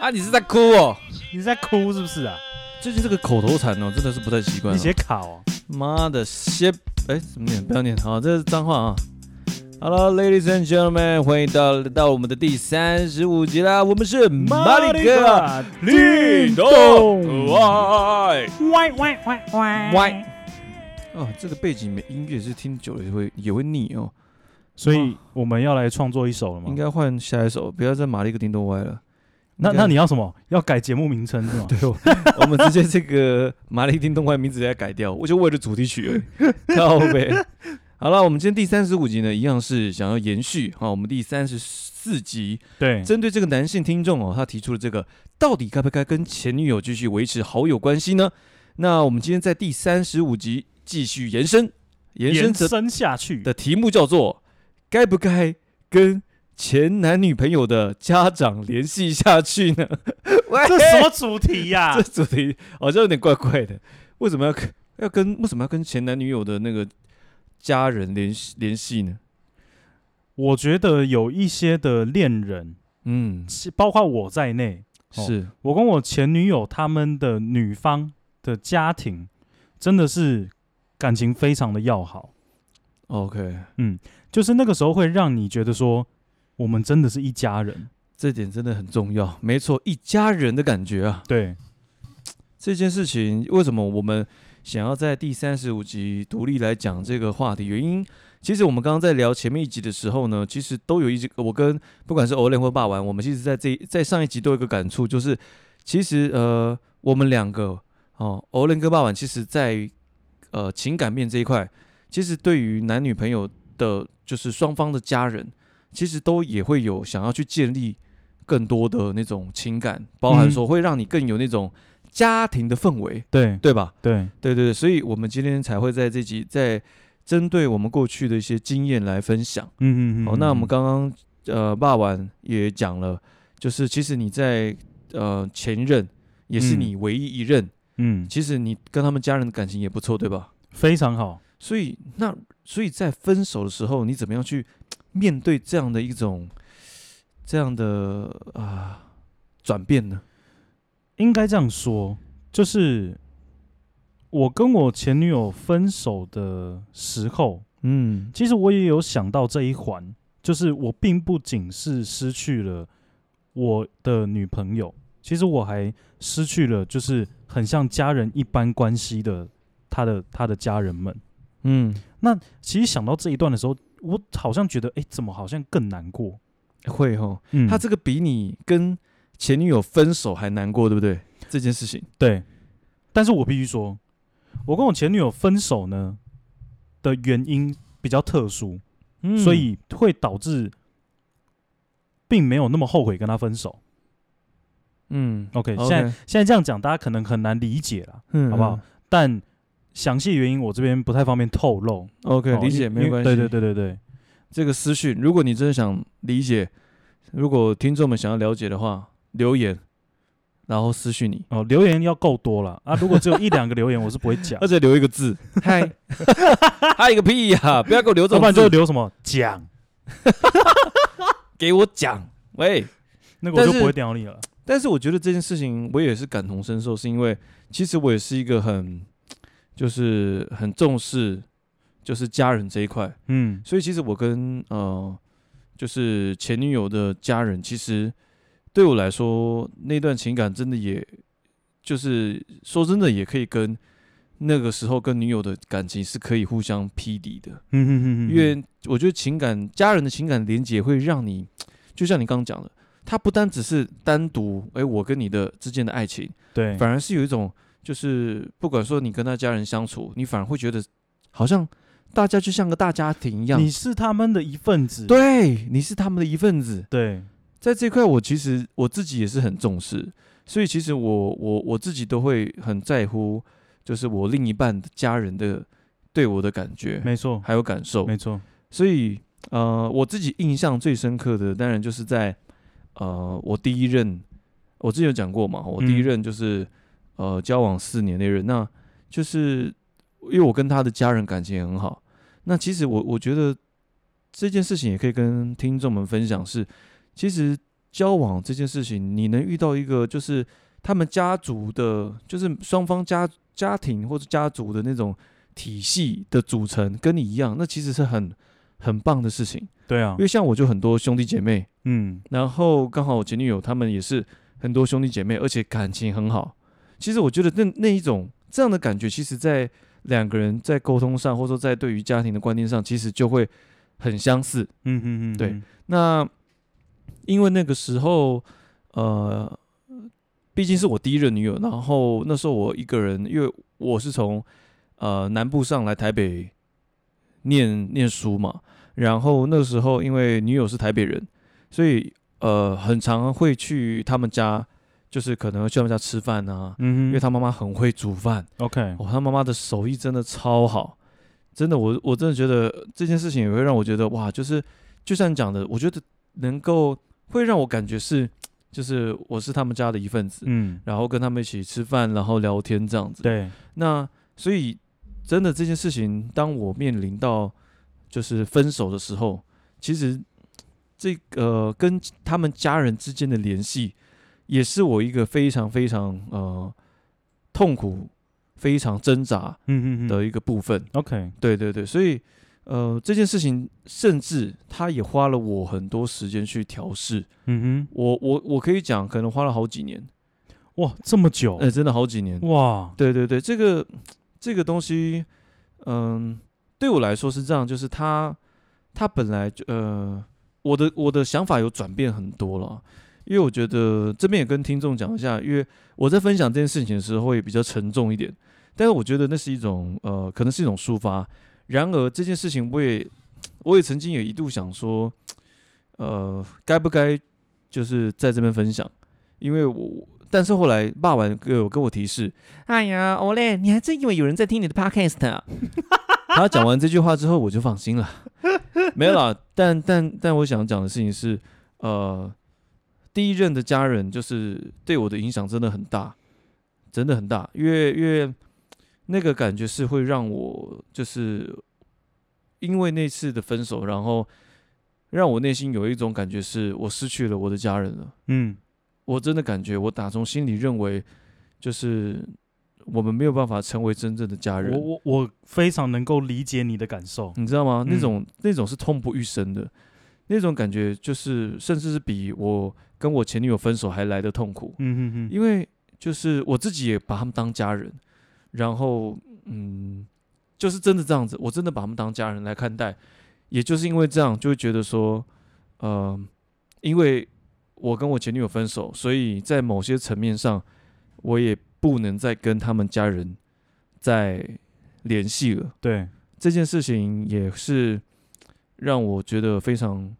啊，你是在哭哦？你是在哭是不是啊？最近这个口头禅哦，真的是不太习惯你哦。写考哦，妈的，歇，哎，怎么念？不要念，好，这是脏话啊。Hello, ladies and gentlemen，欢迎到到我们的第三十五集啦，我们是马里哥啊叮咚，外。歪歪歪歪歪。哦，这个背景没音乐是听久了也会也会腻哦，所以我们要来创作一首了吗应？该换下一首，不要再马里哥叮咚歪了。那应该那你要什么？要改节目名称是吗？对我， 我们直接这个马里叮咚歪名字给它改掉，我就为了主题曲而已。靠呗。好了，我们今天第三十五集呢，一样是想要延续哈、我们第三十四集 对，针对这个男性听众哦，他提出了这个到底该不该跟前女友继续维持好友关系呢？那我们今天在第三十五集继续延伸，延伸延则伸下去。的题目叫做“该不该跟前男女朋友的家长联系下去呢？”喂，这什么主题 呀、这主题好像有点怪怪的，为什么要跟要跟为什么要跟前男女友的那个家人联系联系呢？我觉得有一些的恋人，嗯，是包括我在内，哦是我跟我前女友他们的女方的家庭，真的是感情非常的要好，哦 OK，就是那个时候会让你觉得说，我们真的是一家人。这点真的很重要，没错，一家人的感觉啊。对，这件事情为什么我们想要在第三十五集独立来讲这个话题？原因其实我们刚刚在聊前面一集的时候呢，其实都有一集，我跟不管是欧练或霸王，我们其实在这在上一集都有一个感触，就是其实呃，我们两个哦，欧练跟霸王，其实在呃情感面这一块，其实对于男女朋友的，就是双方的家人，其实都也会有想要去建立更多的那种情感，包含嗯说会让你更有那种。家庭的氛围，对，对吧？对，对对对，所以我们今天才会在这集在针对我们过去的一些经验来分享。嗯嗯嗯。好、那我们刚刚呃，霸晚也讲了，就是其实你在呃前任也是嗯你唯一一任，嗯其实你跟他们家人的感情也不错，对吧？非常好。所以那所以在分手的时候，你怎么样去面对这样的一种这样的啊转变呢？应该这样说，就是我跟我前女友分手的时候，嗯，其实我也有想到这一环，就是我并不仅是失去了我的女朋友，其实我还失去了就是很像家人一般关系的她的她的家人们。嗯，其实想到这一段的时候，我好像觉得，哎、怎么好像更难过？会吼、嗯他这个比你跟前女友分手还难过，对不对？这件事情，对，但是我必须说，我跟我前女友分手呢的原因比较特殊，嗯所以会导致并没有那么后悔跟她分手。嗯 OK，, ，OK，现在现在这样讲，大家可能很难理解啦，嗯好不好？但详细原因我这边不太方便透露， ？OK，哦理解因没因关系。对对，对对对，这个私讯，如果你真的想理解，如果听众们想要了解的话，留言，然后私讯你，哦，留言要够多了啊！如果只有一两个留言，我是不会讲而，且留一个 字， 嗨，嗨个屁呀、不要给我留这要种不然就字，留什么讲，给我讲，喂。那个我就但是不会屌你了。但是我觉得这件事情我也是感同身受，是因为其实我也是一个很就是很重视就是家人这一块，嗯所以其实我跟呃就是前女友的家人，其实对我来说那段情感真的也就是说真的也可以跟那个时候跟女友的感情是可以互相匹敌的，嗯嗯嗯嗯，因为我觉得情感家人的情感连结会让你，就像你刚刚讲的，它不单只是单独哎、诶我跟你的之间的爱情，对，反而是有一种就是不管说你跟他家人相处，你反而会觉得好像大家就像个大家庭一样你，是他们的一份子。对，你是他们的一份子。对，在这块，我其实我自己也是很重视，所以其实我我我自己都会很在乎，就是我另一半的家人的对我的感觉没错，还有感受。没错。所以呃，我自己印象最深刻的，当然就是在呃，我第一任，我之前有讲过嘛，我第一嗯任就是、呃交往四年那任，那就是因为我跟他的家人感情也很好，那其实我我觉得这件事情也可以跟听众们分享是，其实交往这件事情，你能遇到一个就是他们家族的，就是双方家家庭或者家族的那种体系的组成跟你一样，那其实是很很棒的事情。对啊因，为像我就很多兄弟姐妹，嗯，然后刚好我前女友他们也是很多兄弟姐妹，而且感情很好。其实我觉得那那一种这样的感觉，其实在两个人在沟通上，或者说在对于家庭的观念上，其实就会很相似。嗯哼哼，对哼，那因为那个时候，呃，毕竟是我第一任女友，然后那时候我一个人，因为我是从呃南部上来台北念念书嘛，然后那时候因为女友是台北人，所以呃很常会去他们家，就是可能会去他们家吃饭啊，嗯哼，因为她妈妈很会煮饭， OK，哦，他妈妈的手艺真的超好，真的，我我真的觉得呃这件事情也会让我觉得哇，就是就像你讲的，我觉得能够会让我感觉是，就是我是他们家的一份子，嗯，然后跟他们一起吃饭，然后聊天这样子。对，那所以真的这件事情，当我面临到就是分手的时候，其实这个、呃跟他们家人之间的联系，也是我一个非常非常呃痛苦、非常挣扎嗯哼哼的一个部分。 ，OK，对对对，所以呃这件事情，甚至他也花了我很多时间去调试。嗯我我我可以讲，可能花了好几年，哼，哇，这么久，呃，真的好几年。哇，对对对，这个这个东西，嗯，对我来说是这样，就是他他本来就呃，我的我的想法有转变很多了，因为我觉得这边也跟听众讲一下，因为我在分享这件事情的时候会比较沉重一点，但是我觉得那是一种呃，可能是一种抒发。然而这件事情，我也我也曾经也一度想说，呃，该不该就是在这边分享？因为我，但是后来霸王哥有跟我提示，哎呀，欧嘞，你还真以为有人在听你的 podcast 啊？ 他讲完这句话之后，我就放心了。 没有啦，但但但我想讲的事情是，呃，第一任的家人就是对我的影响真的很大，真的很大，因为因为那个感觉是会让我就是因为那次的分手，然后让我内心有一种感觉是我失去了我的家人了。嗯，我真的感觉，我打从心里认为，就是我们没有办法成为真正的家我人，我我非常能够理解你的感受，你知道吗？那嗯种那种是痛不欲生的，那种感觉就是，甚至是比我跟我前女友分手还来的痛苦，嗯哼哼，因为就是我自己也把他们当家人，然后嗯，就是真的这样子，我真的把他们当家人来看待，也就是因为这样，就会觉得说，呃，因为我跟我前女友分手，所以在某些层面上，我也不能再跟他们家人再联系了。对，这件事情也是让我觉得非常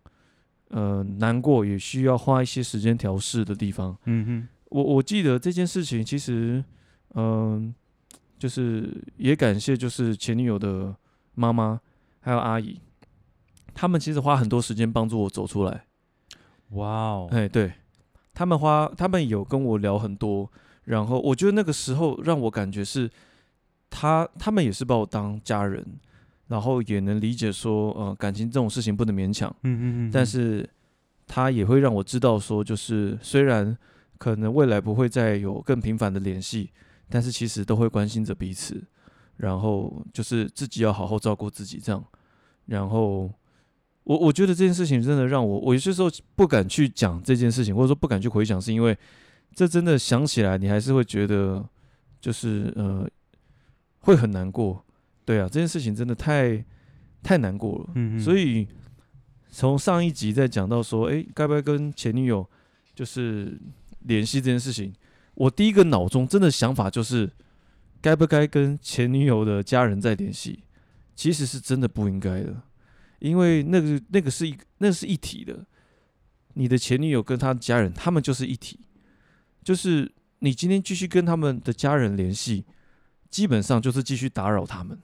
呃难过，也需要花一些时间调试的地方。嗯我我记得这件事情，其实，嗯、就是也感谢就是前女友的妈妈还有阿姨，他们其实花很多时间帮助我走出来。哼，哇哦，哎，对，他们花，他们有跟我聊很多，然后我觉得那个时候让我感觉是，他他们也是把我当家人，然后也能理解说，呃，感情这种事情不能勉强。嗯哼哼，但是他也会让我知道说，就是虽然可能未来不会再有更频繁的联系，但是其实都会关心着彼此，然后就是自己要好好照顾自己这样。然后我我觉得这件事情真的让我，我有些时候不敢去讲这件事情，或者说不敢去回想，是因为这真的想起来，你还是会觉得就是呃会很难过。对啊，这件事情真的太太难过了。嗯哼，所以从上一集在讲到说，诶，该不该跟前女友就是联系这件事情，我第一个脑中真的想法就是，该不该跟前女友的家人再联系？其实是真的不应该的，因为那个那个是一那是一体的，你的前女友跟她的家人，他们就是一体，就是你今天继续跟他们的家人联系，基本上就是继续打扰他们，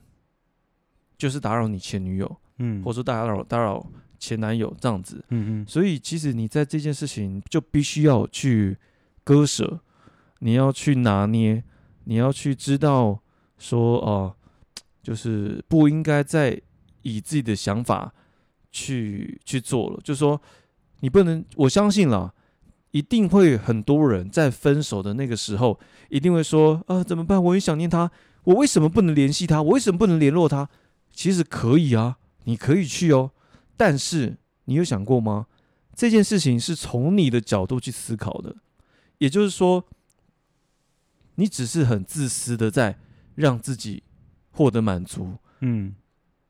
就是打扰你前女友。嗯，或者嗯说打扰打扰前男友这样子。嗯所以其实你在这件事情就必须要去割舍，你要去拿捏，你要去知道说哦、就是不应该再以自己的想法去去做了，就说你不能，我相信啦，一定会很多人在分手的那个时候，一定会说啊，怎么办？我很想念他，我为什么不能联系他？我为什么不能联络他？其实可以啊，你可以去哦。但是你有想过吗？这件事情是从你的角度去思考的，也就是说，你只是很自私的在让自己获得满足，嗯，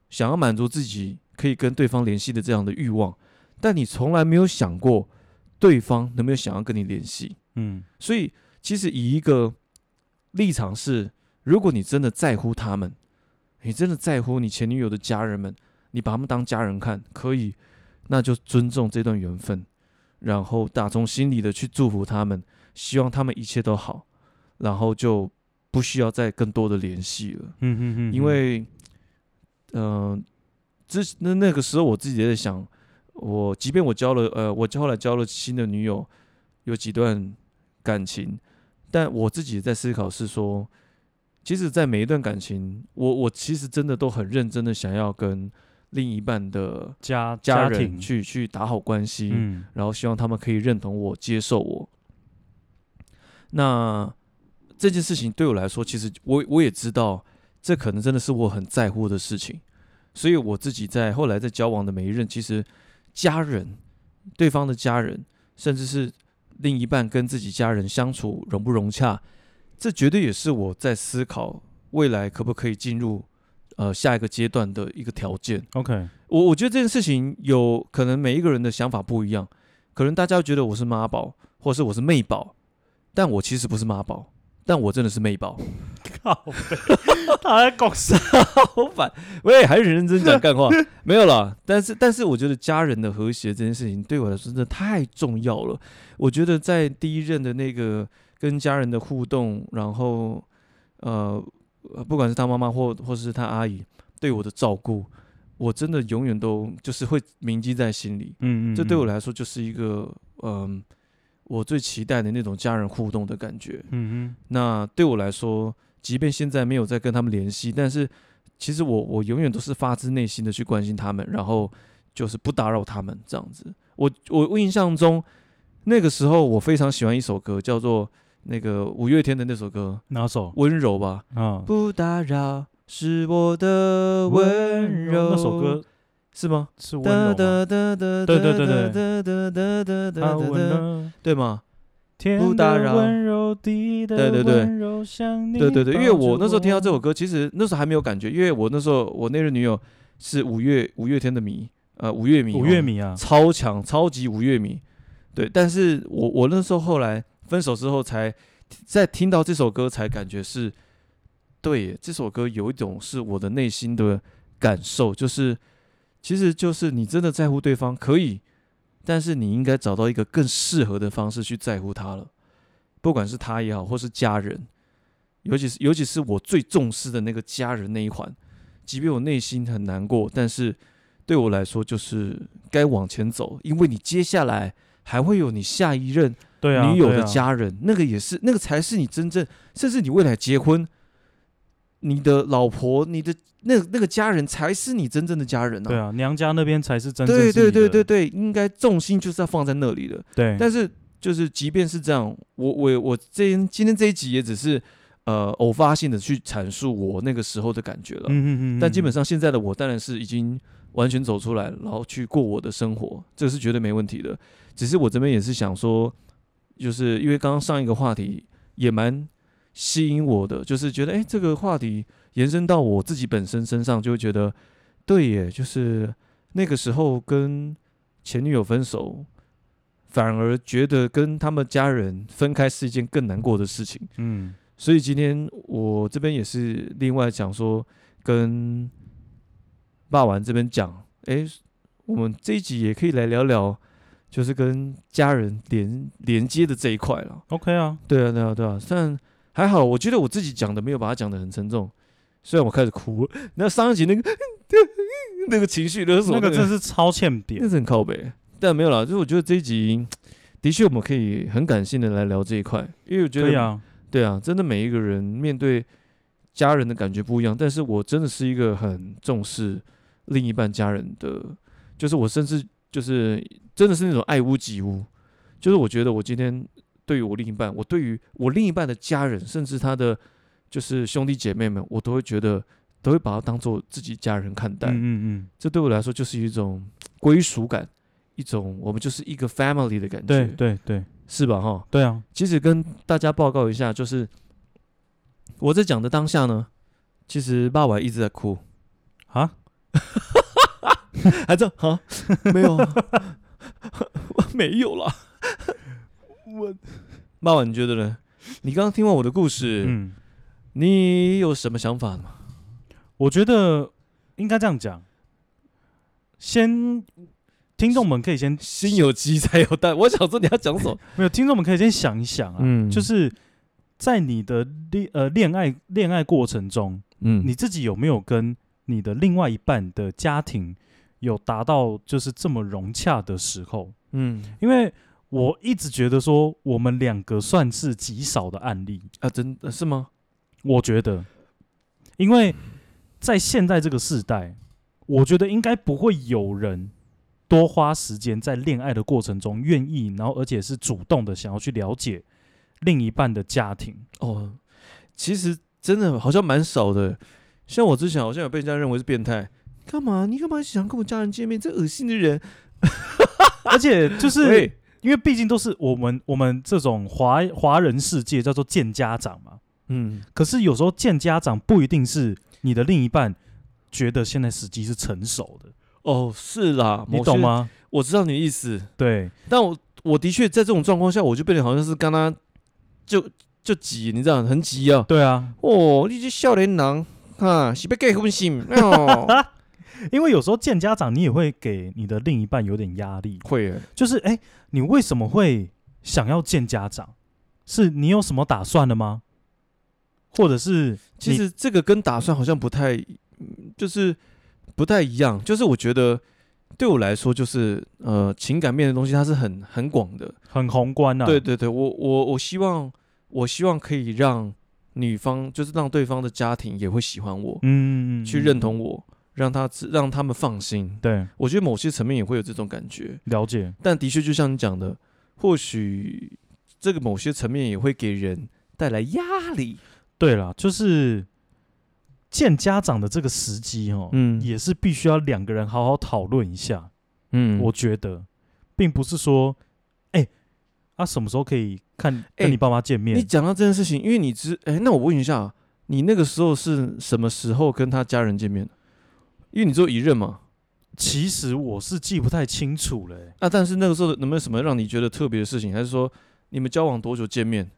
想要满足自己可以跟对方联系的这样的欲望，但你从来没有想过对方有没有想要跟你联系。嗯，所以，其实以一个立场是，如果你真的在乎他们，你真的在乎你前女友的家人们，你把他们当家人看，可以，那就尊重这段缘分，然后打从心里的去祝福他们，希望他们一切都好，然后就不需要再更多的联系了。嗯嗯嗯，因为，嗯、之那那个时候我自己也在想，我即便我交了呃，我后来交了新的女友，有几段感情，但我自己也在思考是说，其实，在每一段感情，我我其实真的都很认真的想要跟另一半的家家人庭，去去打好关系，嗯然后希望他们可以认同我、接受我。那这件事情对我来说，其实我我也知道，这可能真的是我很在乎的事情，所以我自己在后来在交往的每一任，其实家人、对方的家人，甚至是另一半跟自己家人相处融不融洽，这绝对也是我在思考未来可不可以进入呃下一个阶段的一个条件。 ，OK，我我觉得这件事情有可能每一个人的想法不一样，可能大家会觉得我是妈宝，或者是我是妹宝，但我其实不是妈宝，但我真的是妹宝。 靠， 他在搞啥？好烦，喂，还是认真讲干话，没有啦。但是，但是我觉得家人的和谐这件事情对我来说真的太重要了。我觉得在第一任的那个跟家人的互动，然后呃，呃不管是他妈妈或或是他阿姨对我的照顾，我真的永远都就是会铭记在心里。嗯嗯，这对我来，来说就是一个嗯、我最期待的那种家人互动的感觉。嗯那对我来说，即便现在没有再跟他们联系，但是其实我我永远都是发自内心的去关心他们，然后就是不打扰他们这样子。我我我印象中，那个时候我非常喜欢一首歌，叫做那个五月天的那首歌哼，哪《首温柔》吧。啊？不打扰是我的温柔，那首歌是吗？是温柔吗，哒哒对对对哒哒哒哒啊哒温哒，柔，对吗？天不打的扰温柔地的对对对温柔想你，对对对，因为抱着我那时候听到这首歌，其实那时候还没有感觉，因为我那时候我那任女友是五月五月天的迷，呃，五月迷，五月、米啊，超强，超级五月迷。对，但是我我那时候后来分手之后才，在听到这首歌才感觉是，对耶，这首歌有一种是我的内心的感受，就是其实就是你真的在乎对方可以，但是你应该找到一个更适合的方式去在乎他了，不管是他也好，或是家人，尤其是尤其是我最重视的那个家人那一环，即便我内心很难过，但是对我来说就是该往前走，因为你接下来还会有你下一任对啊，女友对的啊，家人，那个也是，那个才是你真正，甚至你未来结婚，你的老婆，你的那那个家人才是你真正的家人对啊，娘家那边才是真正对是你对对的对对，应该重心就是要放在那里的。对，但是就是即便是这样，我我我这今天这一集也只是呃偶发性的去阐述我那个时候的感觉了。嗯嗯嗯，但基本上现在的我当然是已经完全走出来，然后去过我的生活，这是绝对没问题的。只是我这边也是想说，就是因为刚刚上一个话题也蛮吸引我的，就是觉得诶这个话题延伸到我自己本身身上，就会觉得对耶，就是那个时候跟前女友分手，反而觉得跟他们家人分开是一件更难过的事情。嗯所以今天我这边也是另外讲说，跟霸王这边讲，诶，我们这一集也可以来聊聊，就是跟家人连连接的这一块了。 ，OK 啊，对啊，对啊，对啊，但还好，我觉得我自己讲的没有把它讲的很沉重，虽然我开始哭了。那上一集那个 那个情绪勒索，那个真是是超欠那扁，是很靠北，但没有啦，就是我觉得这一集的确我们可以很感性的来聊这一块，因 为我觉对得啊，对啊，真的每一个人面对家人的感觉不一样，但是我真的是一个很重视另一半家人的，就是我甚至就是真的是那种爱屋及乌，就是我觉得我今天对于我另一半，我对于我另一半的家人，甚至他的就是兄弟姐妹们，我都会觉得都会把他当做自己家人看待。嗯嗯这对我来说就是一种归属感，一种我们就是一个 family 的感嗯，觉，对对对是吧？哈，对啊，其实跟大家报告一下，就是我在讲的当下呢，其实爸爸一直在哭，啊，还在 哈，没有啊，我 没有 啦。我爸爸，你觉得呢？你刚刚听完我的故事，嗯，你有什么想法吗？我觉得应该这样讲，先听众们可以先心有鸡才有蛋，我想说你要讲什么？没有，听众们可以先想一想啊， 嗯就是在你的恋呃恋爱恋爱过程中，嗯你自己有没有跟你的另外一半的家庭有达到就是这么融洽的时候？嗯因为我一直觉得说我们两个算是极少的案例，啊，真的是吗？我觉得，因为在现在这个时代，我觉得应该不会有人多花时间在恋爱的过程中愿意，然后而且是主动的想要去了解另一半的 家庭。哦，其实真的好像蛮少的。像我之前好像有被人家认为是变态，干嘛？你干嘛想跟我家人见面？这恶心的人！而且就是对，因为毕竟都是我们我们这种华华人世界叫做见家长嘛，嗯，可是有时候见家长不一定是你的另一半觉得现在时机是成熟的，哦，是啦，你某懂些？吗？我知道你的意思，对，但我我的确在这种状况下，我就变得好像是刚刚就就急，你知道，很急啊。对啊，哦，你这少年郎，哈，是要结婚是不？哦， 因为有时候见家长，你也会给你的另一半有点压力，会耶，就是哎、诶你为什么会想要见家长？是你有什么打算了吗？或者是其实这个跟打算好像不太，嗯就是不太一样。就是我觉得对我来说，就是呃情感面的东西，它是很很广的。你很宏观啊？对，对对，我我我希望我希望可以让女方，就是让对方的家庭也会喜欢我，嗯，去认同我，让他知让他们放心。对，我觉得某些层面也会有这种感觉，了解，但的确就像你讲的，或许这个某些层面也会给人带来压力。对啦，就是见家长的这个时机哦，嗯也是必须要两个人好好讨论一下。嗯我觉得，并不是说，哎、啊，什么时候可以看诶跟你爸妈见面？你讲到这件事情，因为你知，哎、那我问一下，你那个时候是什么时候跟他家人见面的？因为你只有一任嘛，其实我是记不太清楚了、欸那、啊但是那个时候有没有什么让你觉得特别的事情？还是说你们交往多久见面？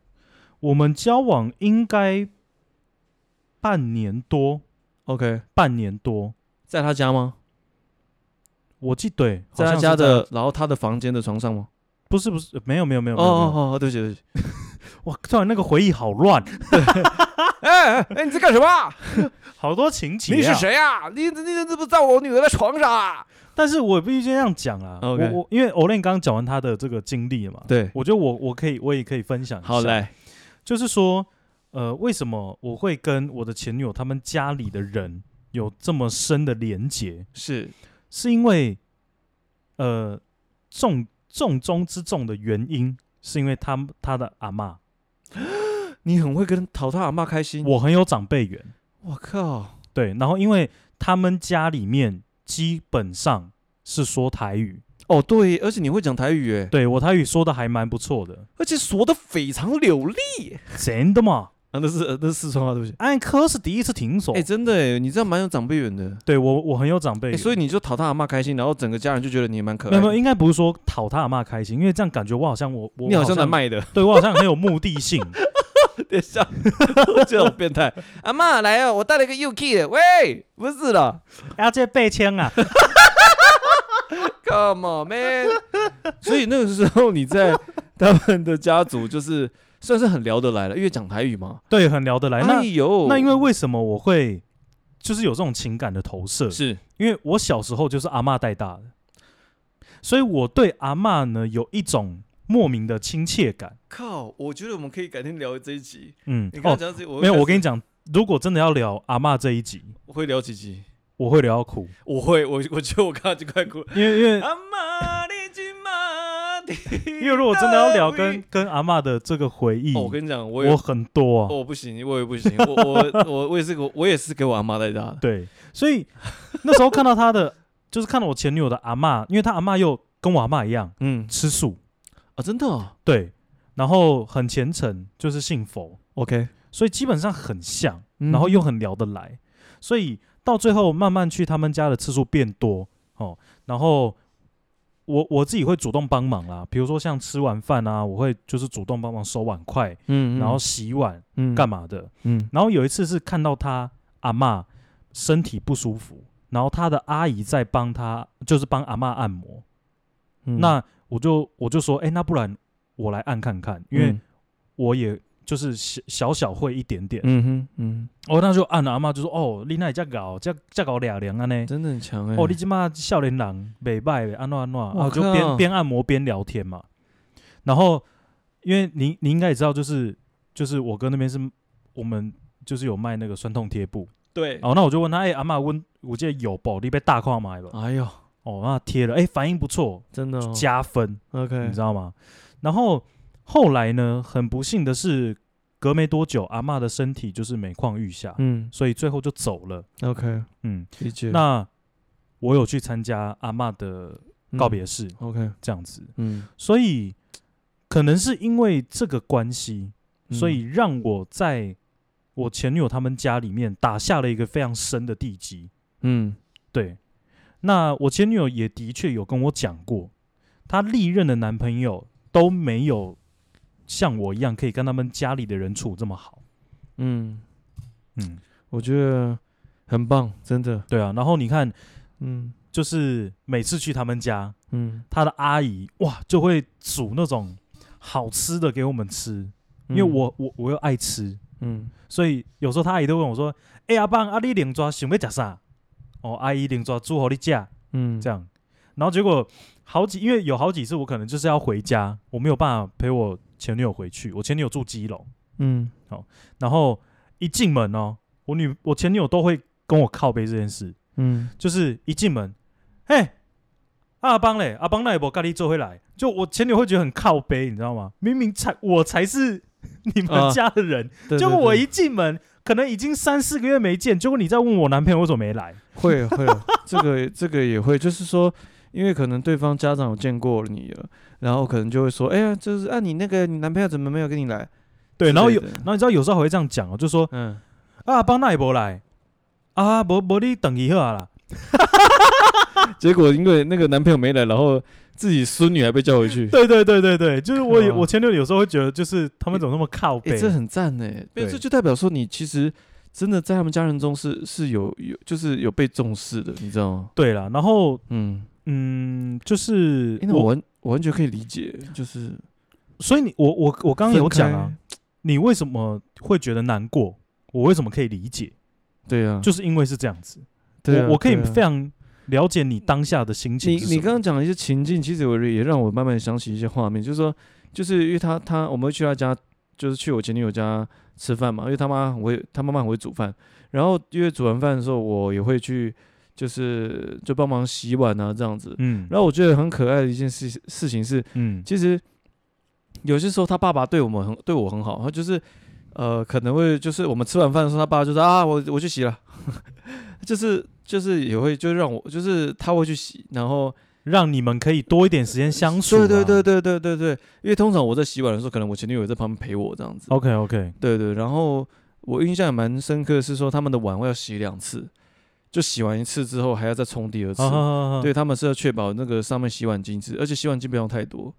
我们交往应该半年多， OK，半年多，在他家吗？我记对，好在像他是家这的样，然后他的房间的床上吗？不是不是，没有没有没有哦没有，没有哦哦，哦对不起对不起。哇，突然那个回忆好乱，哎哎，你在干什么？好多情节、啊。你是？谁啊？你你你怎么在我女儿的床上啊？但是我必须这样讲啊，我哦 OK 我因为 Olen 刚刚讲完他的这个经历了嘛，，对，我觉得我我可以我也可以分享一下，好，来，就是说，呃，为什么我会跟我的前女友他们家里的人有这么深的连结？是是因为呃重重中之重的原因，是因为他们他的阿嬷，你很会跟淘他阿妈开心。我很有长辈缘，我靠，对，然后因为他们家里面基本上是说台语，哦对，而且你会讲台语哎，对我台语说的还蛮不错的，而且说的非常流利。真的吗？啊，那是那是四川话，对不起。按科是第一次听说，哎，真的哎，你这样蛮有长辈缘的。对我我很有长辈哎，缘，所以你就讨他阿妈开心，然后整个家人就觉得你也蛮可没爱有没有，的。应该不是说讨他阿嬷开心，因为这样感觉我好像我我你好好像在，卖的， 对我好像很有目的性，等一下， 我觉得好变态。阿妈来哦，我带了一个 UK 的，喂，不是啦啊这背枪啊， ，Come on man。所 以那个时候你在他们的家族就是算是很聊得来了，因为讲台语嘛。对，很聊得来，那哎呦，那因为为什么我会就是有这种情感的投射？是因为我小时候就是阿嬷带大的，所以我对阿嬷呢有一种莫名的亲切感。靠，我觉得我们可以改天聊这一集。嗯你，刚刚哦，讲到这，我没有，我跟你你讲，如果真的要聊阿嬷这一集，我会聊几集，我会聊到哭， 我会，我我觉得我刚刚就快哭了。因为因为阿妈，你今嘛底？因为如果真的要聊跟跟阿嬷的这个回忆，哦，我跟你讲，我嗯我也很多、啊，我不行，我也不行，我我 我我也是给我我也是给我阿妈带大的。对，所以那时候看到他的， 就是看到我前女友的阿嬷，因为她阿嬷又跟我阿嬷一样嗯吃素，啊，真的、哦、对，然后很虔诚，就是信佛， ，OK，所以基本上很像，嗯然后又很聊得来，所以到最后慢慢去他们家的次数变多哦，然后我我自己会主动帮忙啦，比如说像吃完饭啊，我会就是主动帮忙收碗筷，嗯然后洗碗干嘛？嘛的，嗯然后有一次是看到他阿嬷身体不舒服，然后他的阿姨在帮他，就是帮阿嬷按摩。嗯那我就我就说，哎、那不然我来按看看，因为嗯我也就是小小小会一点点。嗯哼嗯，哦，那就按了阿嬷就说，哦，你那这搞这这搞俩凉啊呢。真的很强哎、哦，你即马少年人袂歹嘞，安怎安怎，啊，我我就靠边边按摩边聊天嘛。然后，因为您您应该也知道，就是就是我哥那边是我们就是有卖那个酸痛贴布，对，哦，那我就问他，哎、阿妈问，我记得有保利被大框买吧？哎呦，哦，那贴了，哎、反应不错，真的、哦、加分， ，OK，你知道吗？然后后来呢，很不幸的是，隔没多久，阿嬷的身体就是每况愈下，嗯所以最后就走了。 ，OK，嗯，理解。那我有去参加阿嬷的嗯告别式， ，OK，这样子，嗯，所以可能是因为这个关系，嗯所以让我在我前女友他们家里面打下了一个非常深的地基。嗯对，那我前女友也的确有跟我讲过，她历任的男朋友都没有像我一样可以跟他们家里的人处这么好。嗯，嗯，我觉得很棒，真的，对啊。然后你看，嗯就是每次去他们家，嗯，她的阿姨哇就会煮那种好吃的给我们吃，因为嗯，我我我又爱吃，嗯所以有时候她阿姨都问我说：“哎、阿棒，阿、啊、你零抓想要吃啥？”哦，阿姨零抓煮好你吃。嗯，这样，样。然后结果好几，因为有好几次我可能就是要回家，我没有办法陪我前女友回去。我前女友住基隆，嗯然后一进门哦，我女我前女友都会跟我靠背这件事，嗯，就是一进门，嘿，啊阿邦嘞，阿邦那也不咖喱做回来，就我前女友会觉得很靠背，你知道吗？明明才我才是你啊们家的人，对结果对我对一进门，可能已经三四个月没见，结果你在问我男朋友为什么没来， 会会，啊这个这个也会，就是说，因为可能对方家长有见过你了，然后可能就会说，哎呀，就是啊，你那个你男朋友怎么没有跟你来？对，然后之有，类的然后你知道有时候还会这样讲哦，就说嗯，啊，帮那也无来，啊，无无你等一下啦， 结果因为那个男朋友没来，然后自己孙女还被叫回去， 对对对对对，就是我靠有我前女友有时候会觉得，就是他们怎么那么靠 哎、背？这很赞呢、欸，对这就代表说你其实真的在他们家人中是是有有就是有被重视的，你知道吗？对啦，然后嗯，嗯，就是哎、那我完我完全可以理解，就是所以你我我我刚刚有分开讲啊，，你为什么会觉得难过？我为什么可以理解？对啊，就是因为是这样子，对啊我我可以对啊非常了解你当下的心情你是什么。你刚刚讲的一些情境，其实我也让我慢慢想起一些画面，就是说，就是因为他他我们会去他家，就是去我前女友家吃饭嘛，因为他妈很会，他妈妈很会煮饭，然后因为煮完饭的时候，我也会去，就是就帮忙洗碗啊这样子。嗯然后我觉得很可爱的一件事事情是，嗯其实有些时候他爸爸对我们很对我很好，他就是呃可能会就是我们吃完饭的时候，他爸就说啊我我去洗了， 就是就是也会就让我就是他会去洗，然后让你们可以多一点时间相处、对对对。对对对对，因为通常我在洗碗的时候，可能我前女友也在旁边陪我这样子。 OK OK，对对，然后我印象也蛮深刻的是说他们的碗要洗两次，就洗完一次之后还要再冲第二次。好好好好，对，他们是要确保那个上面洗碗巾是，而且洗碗巾不用太多。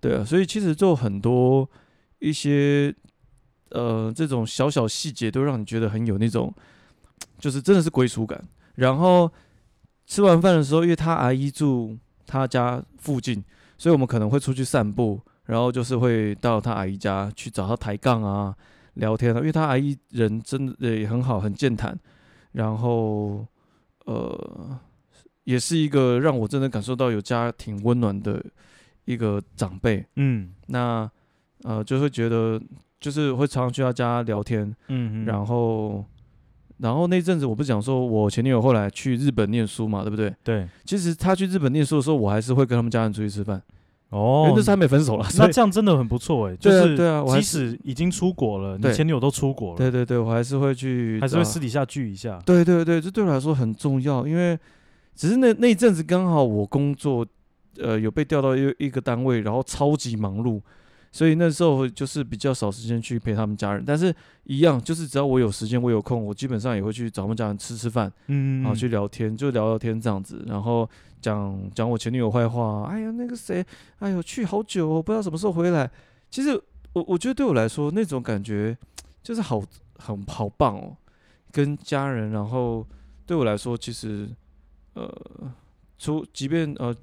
对啊，所以其实就很多一些呃这种小小细节都让你觉得很有那种，就是真的是归属感。然后吃完饭的时候，因为他阿姨住他家附近，所以我们可能会出去散步，然后就是会到他阿姨家去找他抬杠啊、聊天啊。因为他阿姨人真的也很好，很健谈，然后呃也是一个让我真的感受到有家庭温暖的一个长辈。嗯那呃，就会觉得就是会常常去他家聊天，嗯，嗯然后然后那阵子我不是讲说我前女友后来去日本念书嘛，对不对？对，其实她去日本念书的时候，我还是会跟他们家人出去吃饭，因为哦那，是还没分手了，啊所那以这样真的很不错哎、就对啊是对啊我还即使已经出国了，你对前女友都出国了，对对对，我还是会去，还是会啊私底下聚一下。对对对，这对我来说很重要，因为只是那那一阵子刚好我工作，呃，有被调到一一个单位，然后超级忙碌，所以那时候就是比较少时间去陪他们家人。但是一样，就是只要我有时间，我有空，我基本上也会去找他们家人吃吃饭，嗯，然后去聊天，就聊聊天这样子，然后讲讲我前女友坏话。哎呀，那个谁，哎呦，去好久、哦，不知道什么时候回来。其实我我觉得对我来说，那种感觉就是好很好棒哦，跟家人。然后对我来说，其实呃，出即便呃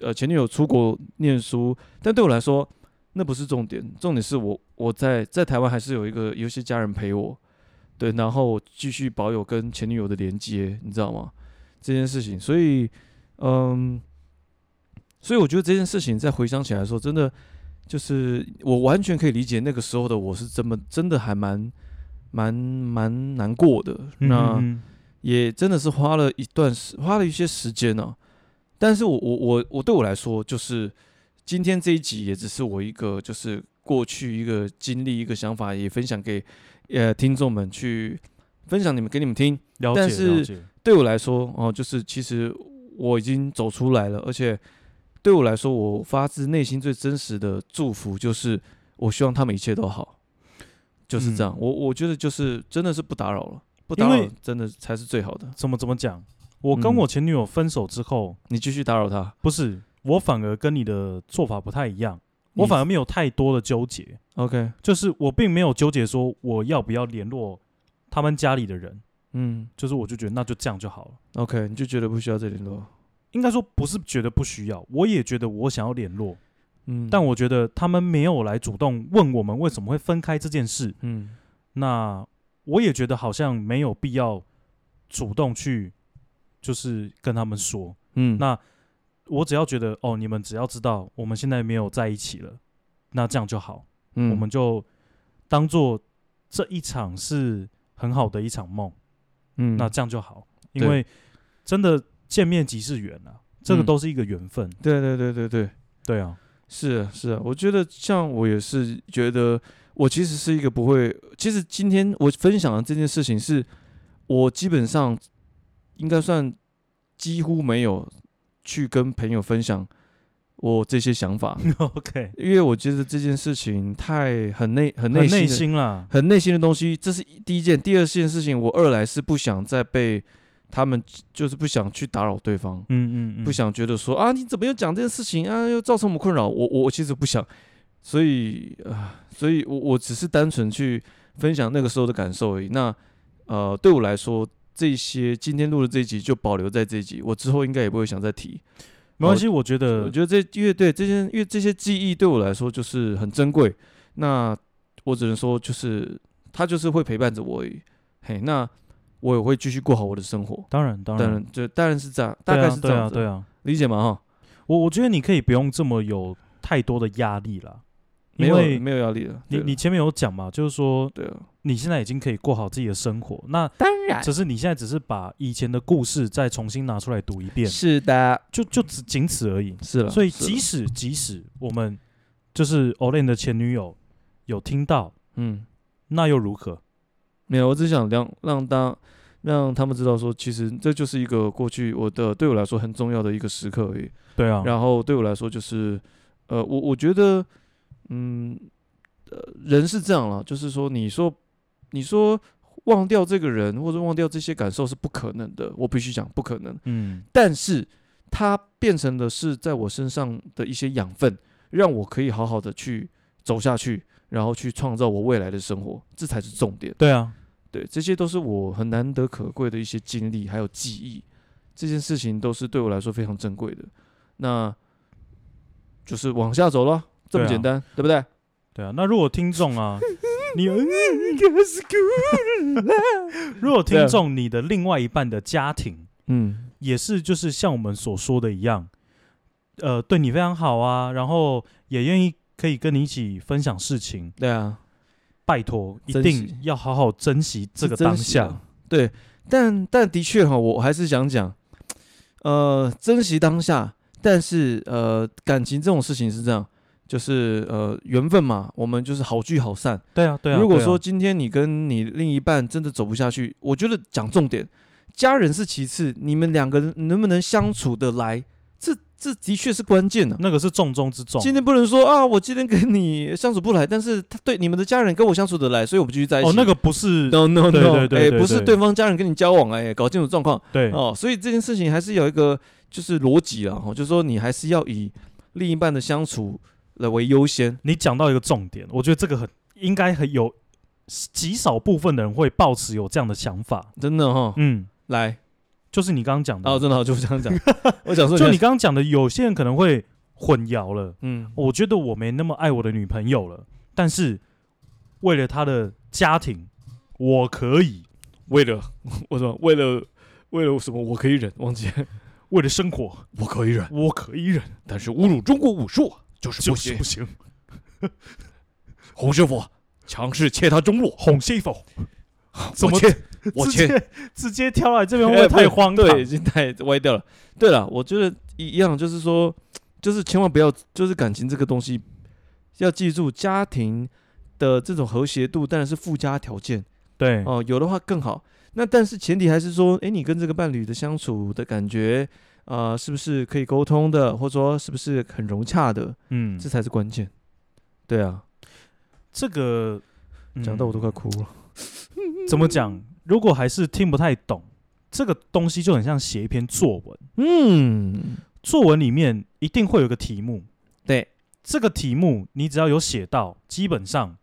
呃前女友出国念书，但对我来说那不是重点，重点是我我在在台湾还是有一个有一些家人陪我。对，然后我继续保有跟前女友的连接，你知道吗？这件事情，所以，嗯，所以我觉得这件事情在回想起来的时候，真的就是我完全可以理解那个时候的我是这么真的还蛮蛮蛮难过的，那、嗯也真的是花了一段时，花了一些时间呢、但是我我我我对我来说，就是今天这一集也只是我一个就是过去一个经历一个想法，也分享给呃听众们去分享你们给你们听。了但解了是解，对我来说，哦，就是其实我已经走出来了，而且对我来说，我发自内心最真实的祝福就是，我希望他们一切都好，就是这样。嗯我我觉得就是真的是不打扰了，不因打扰为真的才是最好的。怎么怎么讲？我跟嗯我前女友分手之后，你继续打扰他，不是我反而跟你的做法不太一样，我你反而没有太多的纠结， OK，就是我并没有纠结说我要不要联络他们家里的人，嗯就是我就觉得那就这样就好了。 ，OK，你就觉得不需要再联络，应该说不是觉得不需要，我也觉得我想要联络，嗯，但我觉得他们没有来主动问我们为什么会分开这件事，嗯那我也觉得好像没有必要主动去就是跟他们说。嗯，那我只要觉得哦，你们只要知道我们现在没有在一起了，那这样就好，嗯我们就当做这一场是很好的一场梦，嗯那这样就好，因对为真的见面即是缘啊，这个嗯都是一个缘分，对对对对对，对啊，是啊，是啊，我觉得像我也是觉得，我其实是一个不会，其实今天我分享的这件事情是，我基本上应该算几乎没有去跟朋友分享我这些想法， OK，因为我觉得这件事情太很内很很内内的心啦，很内心的东西，这是一第一件。第二件事情，我二来是不想再被他们，就是不想去打扰对方，嗯嗯嗯，不想觉得说啊，你怎么又讲这件事情啊，又造成我们困扰。我我我其实不想，所以啊、所以我我只是单纯去分享那个时候的感受而已。那呃，对我来说，这些今天录的这一集就保留在这一集，我之后应该也不会想再提。没关系，我觉哦我得觉得这乐队这些因为这些记忆对我来说就是很珍贵。那我只能说，就是它就是会陪伴着我而已。嘿，那我也会继续过好我的生活。当然当当然然，，这当然是这样，大对概啊是这对样啊子，对啊，理解吗？哈，我我觉得你可以不用这么有太多的压力啦，没因为有没有压力了。你对了啊你前面有讲嘛，就是说对啊，你现在已经可以过好自己的生活，那当然只是你现在只是把以前的故事再重新拿出来读一遍，是的，就就只仅此而已。是了。所以是即了使即使我们就是 Olen 的前女友有听到，嗯，那又如何？没有，我只想让让大让他们知道说，其实这就是一个过去我的对我来说很重要的一个时刻而已。对啊，然后对我来说就是，呃，我我觉得，嗯，呃，人是这样了，就是说，你说你说忘掉这个人或者忘掉这些感受是不可能的，我必须讲不可能。嗯，但是它变成的是在我身上的一些养分，让我可以好好的去走下去，然后去创造我未来的生活，这才是重点。对啊，对，这些都是我很难得可贵的一些经历，还有记忆，这件事情都是对我来说非常珍贵的。那就是往下走了，这么对啊简单，对,、不对？对啊。那如果听众 啊，你如果听众你的另外一半的家庭嗯，也是就是像我们所说的一样，呃，对你非常好啊，然后也愿意可以跟你一起分享事情，对啊，拜托一珍惜定要好好珍惜这个是珍当惜啊下。对，但但的确哈，我还是想讲，呃，珍惜当下，但是呃，感情这种事情是这样，就是呃缘分嘛，我们就是好聚好散。对啊，对啊。如果对啊说今天你跟你另一半真的走不下去，我觉得讲重点，家人是其次，你们两个人能不能相处得来，这这的确是关键呢、啊那个是重中之重，今天不能说啊，我今天跟你相处不来，但是他对你们的家人跟我相处得来，所以我们继续在一起。哦，那个不是 no no no，对对对哎、对不是对对方家人跟你交往哎、搞清楚状况对哦。所以这件事情还是有一个就是逻辑啊，哦，就是说你还是要以另一半的相处来为优先。你讲到一个重点，我觉得这个很应该很有极少部分的人会抱持有这样的想法。真的哈、嗯，来，就是你刚刚讲的，哦，真的好，就这样讲。我 想说，就你，刚刚讲的，有些人可能会混淆了。嗯，我觉得我没那么爱我的女朋友了，但是为了她的家庭，我可以；为了 我什么？为了为了什么？我可以忍，忘记了，为了生活，我可以忍，我可以忍，但是侮辱中国武术就是就是不行。洪师傅强势切他中路，哄 媳妇，怎么切？我直切接直接跳来这边会不会哎太不荒唐？对，已经太歪掉了。对了，我觉得一一样，就是说，就是千万不要，就是感情这个东西，要记住家庭的这种和谐度当然是附加条件对哦、有的话更好。那但是前提还是说，诶，你跟这个伴侣的相处的感觉，啊，是不是可以沟通的，或者说是不是很融洽的，嗯，这才是关键。对啊，这个讲到我嗯都快哭了。怎么讲？如果还是听不太懂，这个东西就很像写一篇作文，嗯，作文里面一定会有个题目，对，这个题目你只要有写到，基本上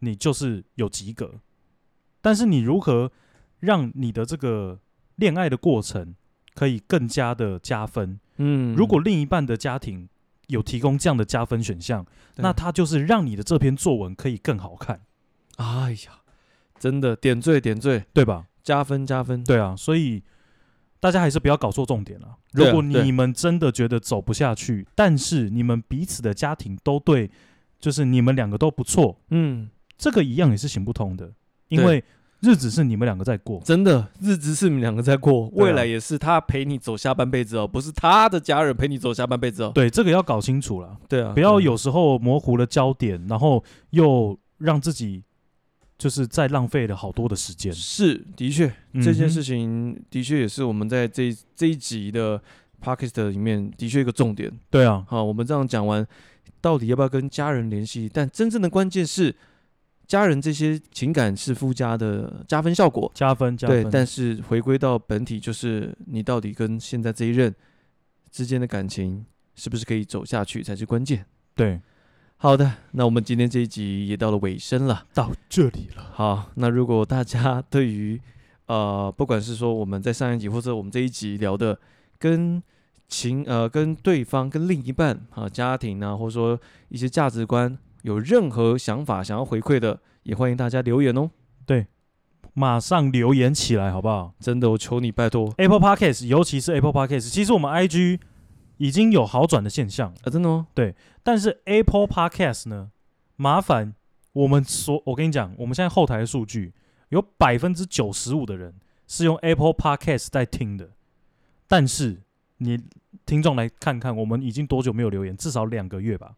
你就是有及格。但是你如何让你的这个恋爱的过程可以更加的加分？嗯，如果另一半的家庭有提供这样的加分选项，对那它就是让你的这篇作文可以更好看，哎呀，真的点缀点缀，对吧？加分加分。对啊，所以大家还是不要搞错重点了。对啊如果对你们真的觉得走不下去，但是你们彼此的家庭都对，就是你们两个都不错，嗯，这个一样也是行不通的，因对为日子是你们两个在过。真的，日子是你们两个在过，对啊未来也是他陪你走下半辈子哦，不是他的家人陪你走下半辈子哦。对，这个要搞清楚了，对啊，不要对啊有时候模糊了焦点，然后又让自己就是再浪费了好多的时间。是的确，这件事情，情的确也是我们在这一这一集的 p o c k e t 里面的确一个重点。对啊，好，我们这样讲完，到底要不要跟家人联系？但真正的关键是，家人这些情感是附加的加分效果，加分加对分，，但是回归到本体，就是你到底跟现在这一任之间的感情是不是可以走下去才是关键。对好的，那我们今天这一集也到了尾声了。到这里了，好，那如果大家对于呃，不管是说我们在上一集或者我们这一集聊的跟情呃跟对方跟另一半啊、家庭啊，或者说一些价值观有任何想法想要回馈的，也欢迎大家留言哦。马上留言起来好不好？真的，我求你拜托 Apple Podcast，尤其是 Apple Podcast，其实我们 IG 已经有好转的现象，啊，真的哦，但是 Apple Podcast 呢，麻烦我们所，我跟你讲，我们现在后台的数据有百分之九十五的人是用 Apple Podcast 在听的，但是你听众来看看，我们已经多久没有留言？至少两个月吧，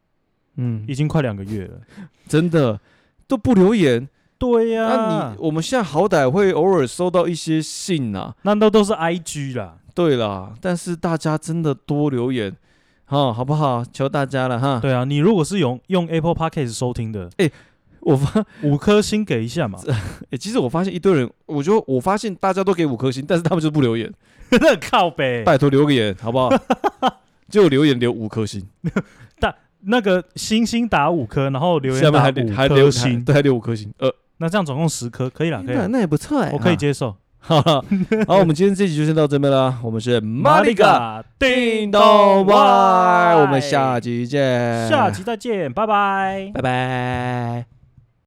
嗯已，经快两个月 了。真的都不留言。对呀、那你我们现在好歹会偶尔收到一些信啊。那都都是 IG 啦，对啦，但是大家真的多留言，哈，好不好？求大家了哈。对啊，你如果是用用 Apple Podcast 收听的，我发、五颗星给一下嘛，诶其实我发现一堆人，我就我发现大家都给五颗星，但是他们就是不留言。 靠呗。拜托留个言，好不 好？就留言留五颗星，那个星星打五颗，然后留言下面打还五留还颗留还星，对，还留五颗星。呃，那这样总共十颗，可以啦，可以那啦，那也不错哎、我可以哈。接受。好了，好，我们今天这集就先到这边了。我们是马里嘎嘎叮咚外，我们下集见，下集再见，拜拜。拜拜。